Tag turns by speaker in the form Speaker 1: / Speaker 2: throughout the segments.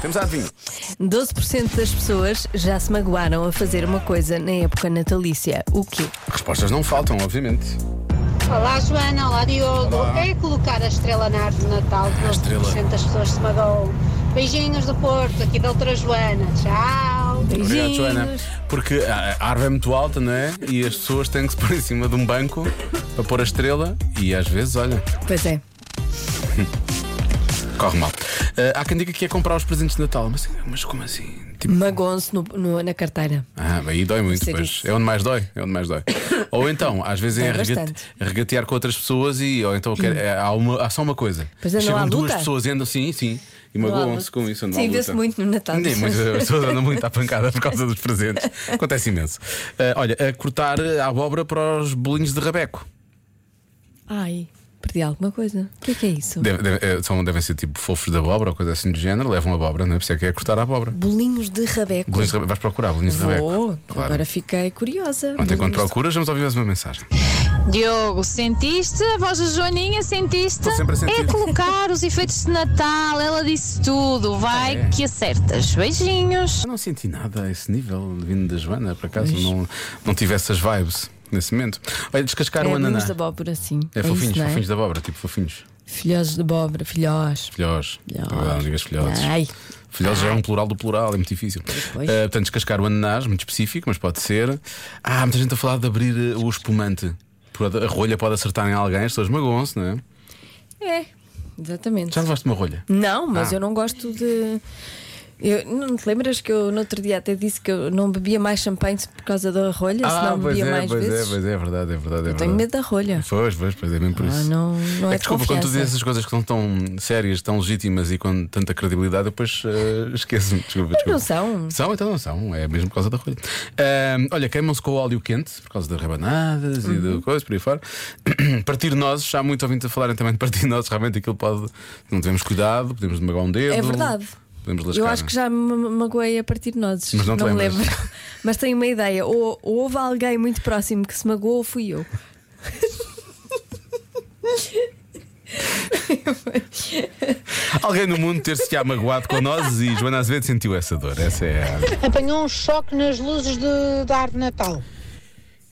Speaker 1: Temos a adivinha.
Speaker 2: 12% das pessoas já se magoaram a fazer uma coisa na época natalícia. O quê?
Speaker 1: Respostas não faltam, obviamente.
Speaker 3: Olá Joana, olá Diogo.
Speaker 1: Olá.
Speaker 3: É colocar a estrela na árvore de Natal,
Speaker 1: A estrela.
Speaker 3: que 12% das pessoas se magoam. Beijinhos do Porto, aqui da outra Joana. Tchau.
Speaker 1: Obrigado,
Speaker 2: Beijinhos.
Speaker 1: Joana. Porque a a árvore é muito alta, não é? E as pessoas têm que se pôr em cima de um banco para pôr a estrela e às vezes, olha,
Speaker 2: Pois é.
Speaker 1: corre mal. Ah, há quem diga que é comprar os presentes de Natal, mas, mas como assim? Tipo,
Speaker 2: Magoam-se no- no- na carteira.
Speaker 1: Ah, aí dói muito,
Speaker 2: Sei
Speaker 1: pois.
Speaker 2: disso.
Speaker 1: É onde mais dói, é onde mais dói. ou então, às vezes é,
Speaker 2: É
Speaker 1: regate-
Speaker 2: bastante.
Speaker 1: regatear com outras pessoas e ou então quer- é, há, uma- há só uma coisa.
Speaker 2: Pois é, não
Speaker 1: Chegam
Speaker 2: há
Speaker 1: duas
Speaker 2: luta?
Speaker 1: pessoas e andam assim, sim, e
Speaker 2: há
Speaker 1: magoam-se
Speaker 2: luta.
Speaker 1: com isso. não há
Speaker 2: Sim, vê-se
Speaker 1: luta.
Speaker 2: muito no Natal.
Speaker 1: Sim, muitas pessoas andam muito à pancada por causa dos presentes. Acontece imenso. Ah, olha, a cortar a abóbora para os bolinhos de rabeco.
Speaker 2: Ai, perdi alguma coisa. O que é que é isso?
Speaker 1: Deve- deve- eh, são, devem ser tipo fofos de abóbora ou coisa assim do género, levam abóbora, não é? Por isso é que é cortar a abóbora.
Speaker 2: Bolinhos de rabeco.
Speaker 1: Bolinhos de rabeco. Vais procurar bolinhos de
Speaker 2: Vou,
Speaker 1: rabeco. Claro.
Speaker 2: agora fiquei curiosa.
Speaker 1: Ontem, quando
Speaker 2: Bolinhos de-
Speaker 1: procuras, vamos ouvir mais uma mensagem.
Speaker 4: Diogo, sentiste? A voz da Joaninha, sentiste?
Speaker 1: Tô sempre a sentir.
Speaker 4: É colocar os efeitos de Natal, ela disse tudo. Vai
Speaker 1: Ah, é?
Speaker 4: que acertas. Beijinhos.
Speaker 1: Eu não senti nada a esse nível vindo da Joana, por acaso não, não tive essas vibes nesse momento. Olha, descascar
Speaker 2: É,
Speaker 1: o ananá.
Speaker 2: bolinhos de abóbora, sim.
Speaker 1: É fofinhos,
Speaker 2: isso, não é?
Speaker 1: fofinhos da abóbora, tipo fofinhos.
Speaker 2: Filhós de abóbora, filhós.
Speaker 1: Filhós.
Speaker 2: Filhós.
Speaker 1: Ah, Não digas filhoses.
Speaker 2: Ai.
Speaker 1: Filhoses já é um plural do plural, é muito difícil.
Speaker 2: pois.
Speaker 1: Ah, portanto, descascar o ananás, muito específico, mas pode ser. Ah, há muita gente a falar de abrir eh, o espumante. Por- A rolha pode acertar em alguém, as pessoas magoam-se, não é?
Speaker 2: É, exatamente.
Speaker 1: Já levaste uma rolha?
Speaker 2: Não, mas
Speaker 1: Ah.
Speaker 2: eu não gosto de. Eu, não te lembras que eu no outro dia até disse que eu não bebia mais champanhe por causa da rolha, senão
Speaker 1: pois
Speaker 2: bebia
Speaker 1: é,
Speaker 2: mais
Speaker 1: pois é,
Speaker 2: vezes.
Speaker 1: pois é, é verdade, é verdade. É
Speaker 2: eu tenho
Speaker 1: verdade.
Speaker 2: medo da rolha.
Speaker 1: Pois, pois, pois é mesmo por
Speaker 2: Ah,
Speaker 1: isso.
Speaker 2: não- não é de
Speaker 1: desculpa, quando tu
Speaker 2: confiança.
Speaker 1: dizes essas coisas que são tão sérias, tão legítimas e com tanta credibilidade, eu depois eh, esqueço-me. Desculpa, desculpa.
Speaker 2: não são.
Speaker 1: São, então não são. É mesmo por causa da rolha. Ahm, olha, queimam-se com o óleo quente, por causa das rabanadas e
Speaker 2: Uhum.
Speaker 1: do coisa, por aí fora. partir nozes, já há muito ouvindo a falarem também de partir nozes, realmente aquilo pode. Não tivemos cuidado, podemos magoar um dedo.
Speaker 2: É verdade.
Speaker 1: Podemos
Speaker 2: Eu
Speaker 1: lascar.
Speaker 2: acho que já me me magoei a partir de nozes.
Speaker 1: Mas não te
Speaker 2: me
Speaker 1: lembras.
Speaker 2: lembro. Mas tenho uma ideia. Ou, ou houve alguém muito próximo que se magoou ou fui eu.
Speaker 1: Alguém no mundo ter-se-á magoado com nozes e Joana Azevedo sentiu essa dor. Essa é a.
Speaker 5: Apanhou um choque nas luzes de, da árvore de Natal.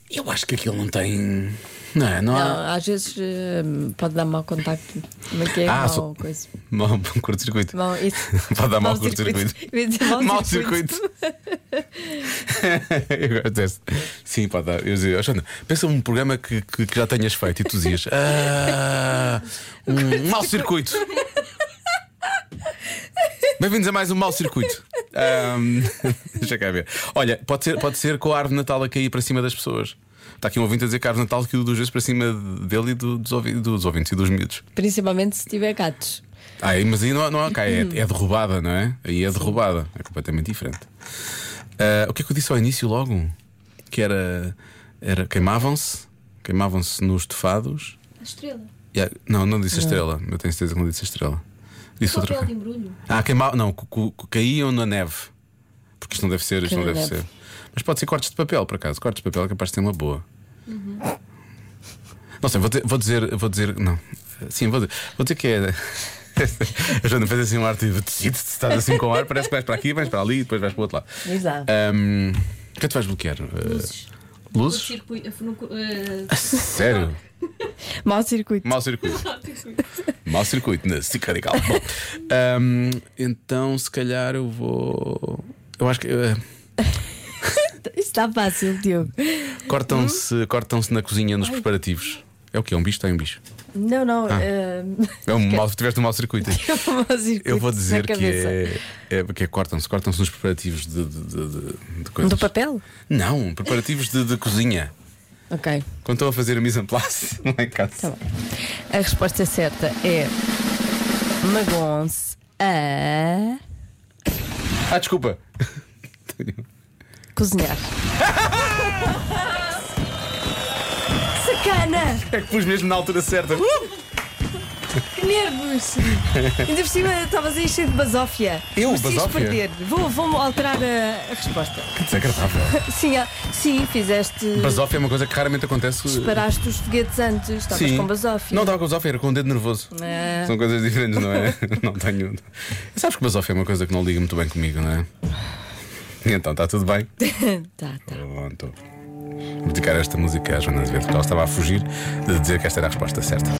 Speaker 1: Eu acho que aquilo não tem. Não é? Não, há.
Speaker 2: Não, às vezes eh, pode dar mau contacto. Como é que é?
Speaker 1: Ah,
Speaker 2: mau
Speaker 1: só-
Speaker 2: coisa.
Speaker 1: Mal um curto-circuito.
Speaker 2: Mau, isso.
Speaker 1: Pode dar mau
Speaker 2: Mau
Speaker 1: curto-circuito.
Speaker 2: circuito. Eu ia dizer mau
Speaker 1: Mau
Speaker 2: circuito.
Speaker 1: circuito. Eu gosto desse. Sim, pode dar. Eu dizia, "Oh, Joana, pensa num programa que, que- que já tenhas feito e tu dizias. "Ah, um mau circuito. Bem-vindos a mais um mau circuito. Ahm, deixa cá ver. Olha, pode ser, pode ser com a árvore de Natal a cair para cima das pessoas. Está aqui um ouvinte a dizer que a árvore de Natal caiu duas vezes para cima dele e do- dos, ouvi- dos ouvintes e dos miúdos.
Speaker 2: Principalmente se tiver gatos.
Speaker 1: Ah, aí- mas aí não, não ok, é, é derrubada, não é? Aí é derrubada, é completamente diferente. Ah, o que é que eu disse ao início logo? Que era. era queimavam-se, queimavam-se nos tefados. A estrela? não, não disse a estrela, eu tenho certeza que não disse a estrela. Disse outra coisa. Ah, queima, não, cu- cu- cu- caíam na neve. Porque isto não deve ser, isto
Speaker 2: Caiu
Speaker 1: não
Speaker 2: na
Speaker 1: deve
Speaker 2: neve.
Speaker 1: ser. Mas pode ser cortes de papel, por acaso. Cortes de papel é capaz de ter uma boa. Uhum. Não sei, vou, te- vou dizer, vou dizer, não. Sim, vou dizer, vou dizer que é. A Joana fez assim um arte de se estás assim com ar, parece que vais para aqui, vais para ali e depois vais para o outro lado.
Speaker 2: Exato.
Speaker 1: Ahm, o que é que tu vais bloquear? Luzes. Luzes? Sério?
Speaker 2: Mau circuito.
Speaker 1: Mau circuito. Mau circuito, na SIC radical. Bom, ahm, então, se calhar eu vou. Eu acho que. eh,
Speaker 2: Isso está fácil, Diogo.
Speaker 1: cortam-se cortam-se na cozinha nos preparativos. É o que? É um bicho? Tem um bicho.
Speaker 2: Não, não.
Speaker 1: Ah.
Speaker 2: eh,
Speaker 1: É um mau, tiveste um mau circuito.
Speaker 2: mau circuito
Speaker 1: Eu vou
Speaker 2: na
Speaker 1: dizer que
Speaker 2: cabeça.
Speaker 1: é, é porque é cortam-se, cortam-se nos preparativos de, de, de- de- de coisas.
Speaker 2: Do papel?
Speaker 1: Não, preparativos de, de cozinha.
Speaker 2: Ok. tá
Speaker 1: Quando estão a fazer a mise en place lá em casa.
Speaker 2: A resposta certa é. Magoam-se a
Speaker 1: Ah, desculpa.
Speaker 2: cozinhar. Sacana!
Speaker 1: É que pus mesmo na altura certa. Uh!
Speaker 2: Que nervos! Ainda por cima estavas aí cheio de basófia.
Speaker 1: Eu,
Speaker 2: Preciso
Speaker 1: basófia?
Speaker 2: perder. Vou, vou alterar a, a resposta.
Speaker 1: Que desagradável.
Speaker 2: Sim, ah, sim, fizeste.
Speaker 1: Basófia é uma coisa que raramente acontece.
Speaker 2: Disparaste os foguetes antes. Estavas
Speaker 1: Sim.
Speaker 2: com basófia.
Speaker 1: Não estava com basófia, era com o dedo nervoso.
Speaker 2: É.
Speaker 1: São coisas diferentes, não é? não tenho. Sabes que basófia é uma coisa que não liga muito bem comigo, não é? E então, está tudo bem?
Speaker 2: Tá, tá.
Speaker 1: Pronto. Vou dedicar esta música à Joana Azevedo, porque ela estava a fugir de dizer que esta era a resposta certa.